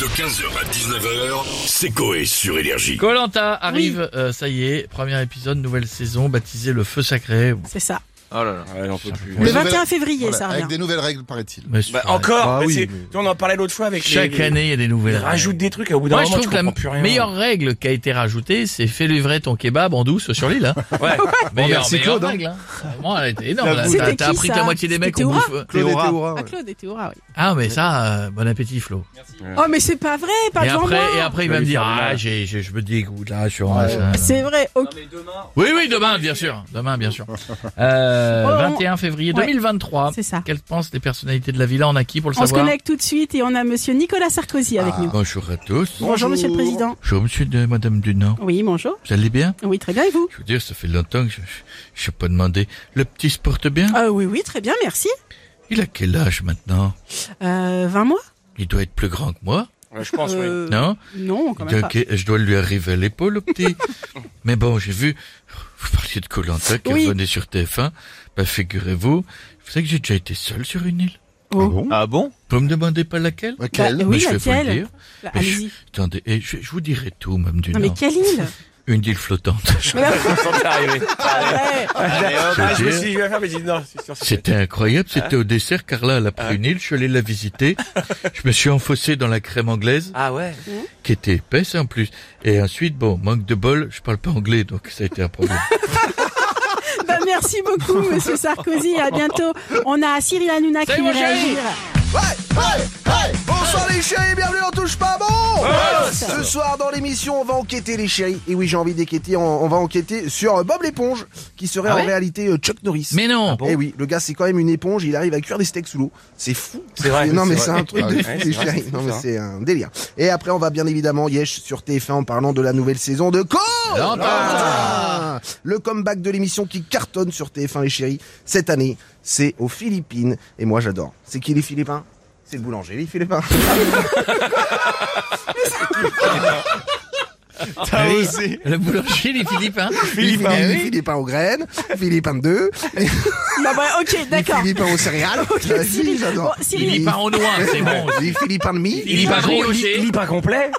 De 15h à 19h, c'est Coé sur Énergie. Colanta arrive, euh, ça y est, premier épisode, nouvelle saison, baptisé le feu sacré. C'est ça. Oh là là. Le Des 21 nouvelles- février, Voilà, ça avec revient. des nouvelles règles, paraît-il. Mais c'est Bah, vrai. encore, Bah mais oui, c'est- mais- tu vois, on en parlait l'autre fois avec Chaque les... année, il y a des ils nouvelles. rajoutent des trucs, au bout d'un Moi, je moment, tu trouve que la comprends plus rien. meilleure règle qui a été rajoutée, c'est fais livrer ton kebab en douce sur l'île. Hein. Ouais. Meilleure, merci, meilleure Claude, hein. règle. hein. Vraiment, elle était énorme. là. C'était T'as- T'as qui, appris que ça la moitié des mecs C'était ont Aura bouffé. Claude Théora. et Théora, Ah, ouais. Claude et Théora, oui. Ah, mais ça, euh, bon appétit, Flo. Oh, mais c'est pas vrai, pas et devant après, moi. et après, il Je va me Bah, vais lui dire, faire ah, mal. j'ai, je, je me dégoûte là sur un machin. C'est vrai. ok. Oui, oui, demain, bien sûr. Demain, bien sûr. Euh, Oh, on- 21 février Ouais. 2023. C'est ça. Quelles pensent les personnalités de la villa On a qui pour le On se Ah. savoir connecte tout de suite et on a monsieur Nicolas Sarkozy Ah. avec nous. Ah, Bonjour à tous. Bonjour, monsieur le président. Bonjour monsieur de madame Dunant. Oui, bonjour. Vous allez bien Oui, très bien, et vous Je veux dire, ça fait longtemps que je je n'ai pas demandé. Le petit se porte bien Ah Oui, oui, très bien, merci. Il a quel âge maintenant Euh, 20 mois Il doit être plus grand que moi, Ouais, je pense, oui. Euh, non Non, quand Il même doit- pas. que- Je dois lui arriver à l'épaule, le petit. Mais bon, j'ai vu, vous parliez de Colanta qui Oui. revenait sur TF1. Bah, figurez-vous, vous savez que j'ai déjà été seul sur une île. Oh. Ah bon Vous me demandez pas laquelle Laquelle Bah, oui. Mais je vais vous le laquelle dire. Bah, Mais je- Allez-y. Attendez, et je, je vous dirai tout, même du Non, mais Nord. quelle île Une île flottante. Ouais. Ah, Je me C'est- suis dit, je vais faire, mais j'ai dit, non, c'est sûr. c'est- C'était incroyable, c'était au dessert. Carla, elle a pris une île, je suis allé la visiter. Je me suis enfoncé dans la crème anglaise. Ah ouais qui était épaisse en plus. Et ensuite, bon, manque de bol, je parle pas anglais, donc ça a été un problème. Bah, merci beaucoup, monsieur Sarkozy. À bientôt. On a Cyril Hanouna qui Salut, veut mon chéri. réagir. Bonsoir les chéris, bienvenue dans Touche pas bon Euh, Ce soir dans l'émission, on va enquêter les chéris. Et oui, j'ai envie d'enquêter, on, on va enquêter sur Bob l'éponge, qui serait Ah ouais en réalité euh, Chuck Norris. Mais Ah non Eh oui, le gars c'est quand même une éponge, il arrive à cuire des steaks sous l'eau. C'est fou. C'est vrai. non mais c'est c'est vrai. un truc de Ouais, fou, c'est les vrai, chéris. c'est Non mais ça. c'est un délire. Et après on va bien évidemment Yesh sur TF1 en parlant de la nouvelle saison de Co. Lanta. Lanta. Le comeback de l'émission qui cartonne sur TF1 les chéris cette année, c'est aux Philippines et moi j'adore. C'est qui les Philippins C'est le boulanger les Philippins. Ah oui, Le boulanger, les Philippins. Philippins, eh les Philippins aux graines, Philippins 2, Bah, bah, ok, les d'accord. Philippins aux céréales. Ah, si, Cyril. j'adore. Bon, Cyril. Philippins en noir, c'est bon. Les Philippins de mi. Philippins Il- brioché. il lit pas complet.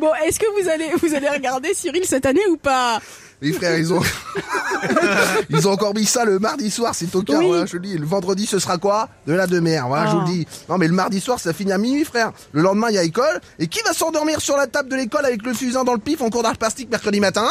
Bon, est-ce que vous allez, vous allez regarder Cyril cette année ou pas Les frères, ils ont... ils ont encore mis ça le mardi soir, c'est tocard, Oui. voilà, je te le dis. Le vendredi, ce sera quoi De la de mer, voilà, je vous Ah. le dis. Non, mais le mardi soir, ça finit à minuit, frère. Le lendemain, il y a école. Et qui va s'endormir sur la table de l'école avec le fusain dans le pif en cours d'art plastique mercredi matin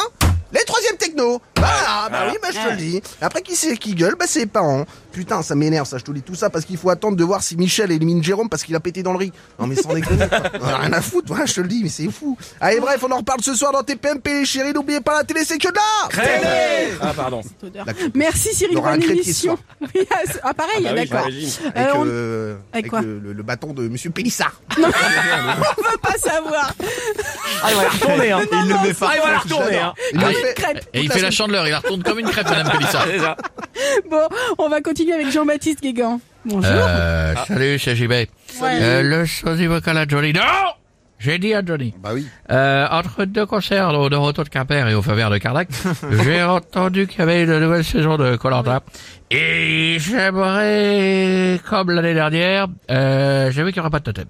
les troisièmes techno Voilà, bah oui, bah je te le dis. Après, qui c'est qui gueule Bah c'est les parents. Putain, ça m'énerve, ça, je te le dis. Tout ça parce qu'il faut attendre de voir si Michel élimine Jérôme parce qu'il a pété dans le riz. Non mais sans déconner, quoi. On a rien à foutre, voilà, je te le dis, mais c'est fou. Allez, bref, on en reparle ce soir dans TPMP, les chéris. N'oubliez pas, la télé, c'est que de l'art Crème Ah pardon. odeur. Merci Cyril, Laura, un bonne crêpier émission. Oui, ah, c'est- ah, pareil, Bah oui, d'accord. j'imagine. Euh, avec, on euh, avec quoi le, le- le bâton de Monsieur Pélissard. ne peut pas savoir. Ah, il va la retourner, hein. non, non, c'est Ah, il va la pas- retourner, hein. Il Ah 哎 l'a oui. fait. crêpe. Et il fait la chandeleur, il la retourne comme une crêpe, madame Pélissard. C'est ça. Bon, on va continuer avec Jean-Baptiste Guégan. Bonjour. Euh, salut, c'est JB. Euh, le sosie vocal à Johnny. Non J'ai dit à Johnny. Bah oui. Euh, entre deux concerts au Doroto de Quimper et au Faveur de Carlac, j'ai entendu qu'il y avait une nouvelle saison de Colanta. Et j'aimerais, comme l'année dernière, euh, j'ai vu qu'il n'y aura pas de totem.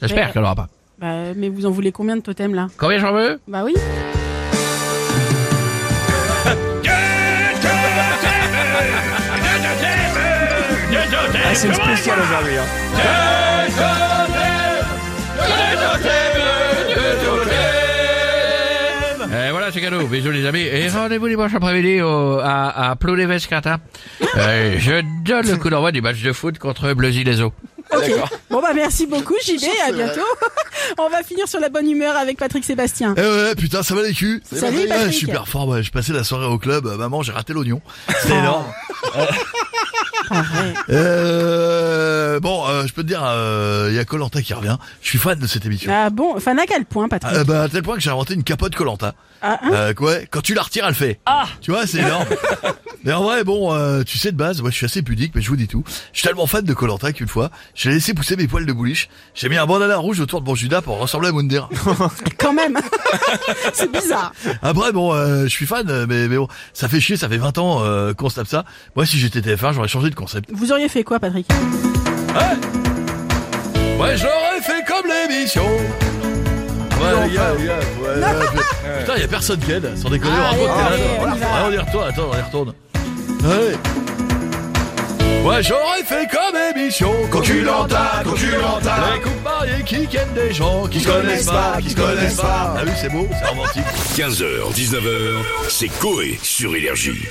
J'espère Mais- qu'il n'y en aura pas. Bah, mais vous en voulez combien de totems là Combien j'en veux Bah oui. Ah, c'est le spécial aujourd'hui. hein. Euh, voilà, c'est cadeau. Bisous les amis. Et rendez-vous dimanche après-midi au- à, à Plounévez-Quintin. Euh, je donne le coup d'envoi du match de foot contre Bleuzy-les-Eaux. Ok. Bon bah merci beaucoup JB, à bientôt. on va finir sur la bonne humeur avec Patrick Sébastien. Eh ouais, putain, ça va les culs Salut, Ouais, Patrick. Je suis super fort, ouais. j'ai passé la soirée au club, euh, maman, j'ai raté l'oignon. Oh. C'était énorme. Euh, bon, euh, je peux te dire, euh, il y a Colanta qui revient. Je suis fan de cette émission. Ah bon, enfin à quel point Patrick Euh, bah, à tel point que j'ai inventé une capote Colanta. Ah, hein Euh, quoi Quand tu la retires, elle fait. Ah Tu vois, c'est énorme. mais en vrai, bon, euh, tu sais de base, moi je suis assez pudique, mais je vous dis tout. Je suis tellement fan de Colanta qu'une fois, j'ai laissé pousser mes poils de bouliche. J'ai mis un bandana rouge autour de mon judas pour ressembler à Moundir. Quand même. C'est bizarre. Après, bon, euh, je suis fan, euh, mais, mais bon, ça fait chier, ça fait 20 ans euh, qu'on se tape ça. Moi, si j'étais TF1, j'aurais changé de concept. Vous auriez fait quoi Patrick Moi, j'aurais fait comme l'émission aïe, aïe, aïe, ouais, ouais, puis- Putain, y a personne qui aide, hein, sans déconner, on raconte, Allez, t'es là, allez, toi. on y va. Ah, on y retourne, attends, on y retourne. Ouais. Ouais, j'aurais fait comme émission, Coculanta, Coculanta. Les couples mariés qui kennent des gens qui se connaissent pas, qui se connaissent pas. Ah oui, c'est beau, c'est romantique. 15h, 19h, c'est Coé sur Énergie.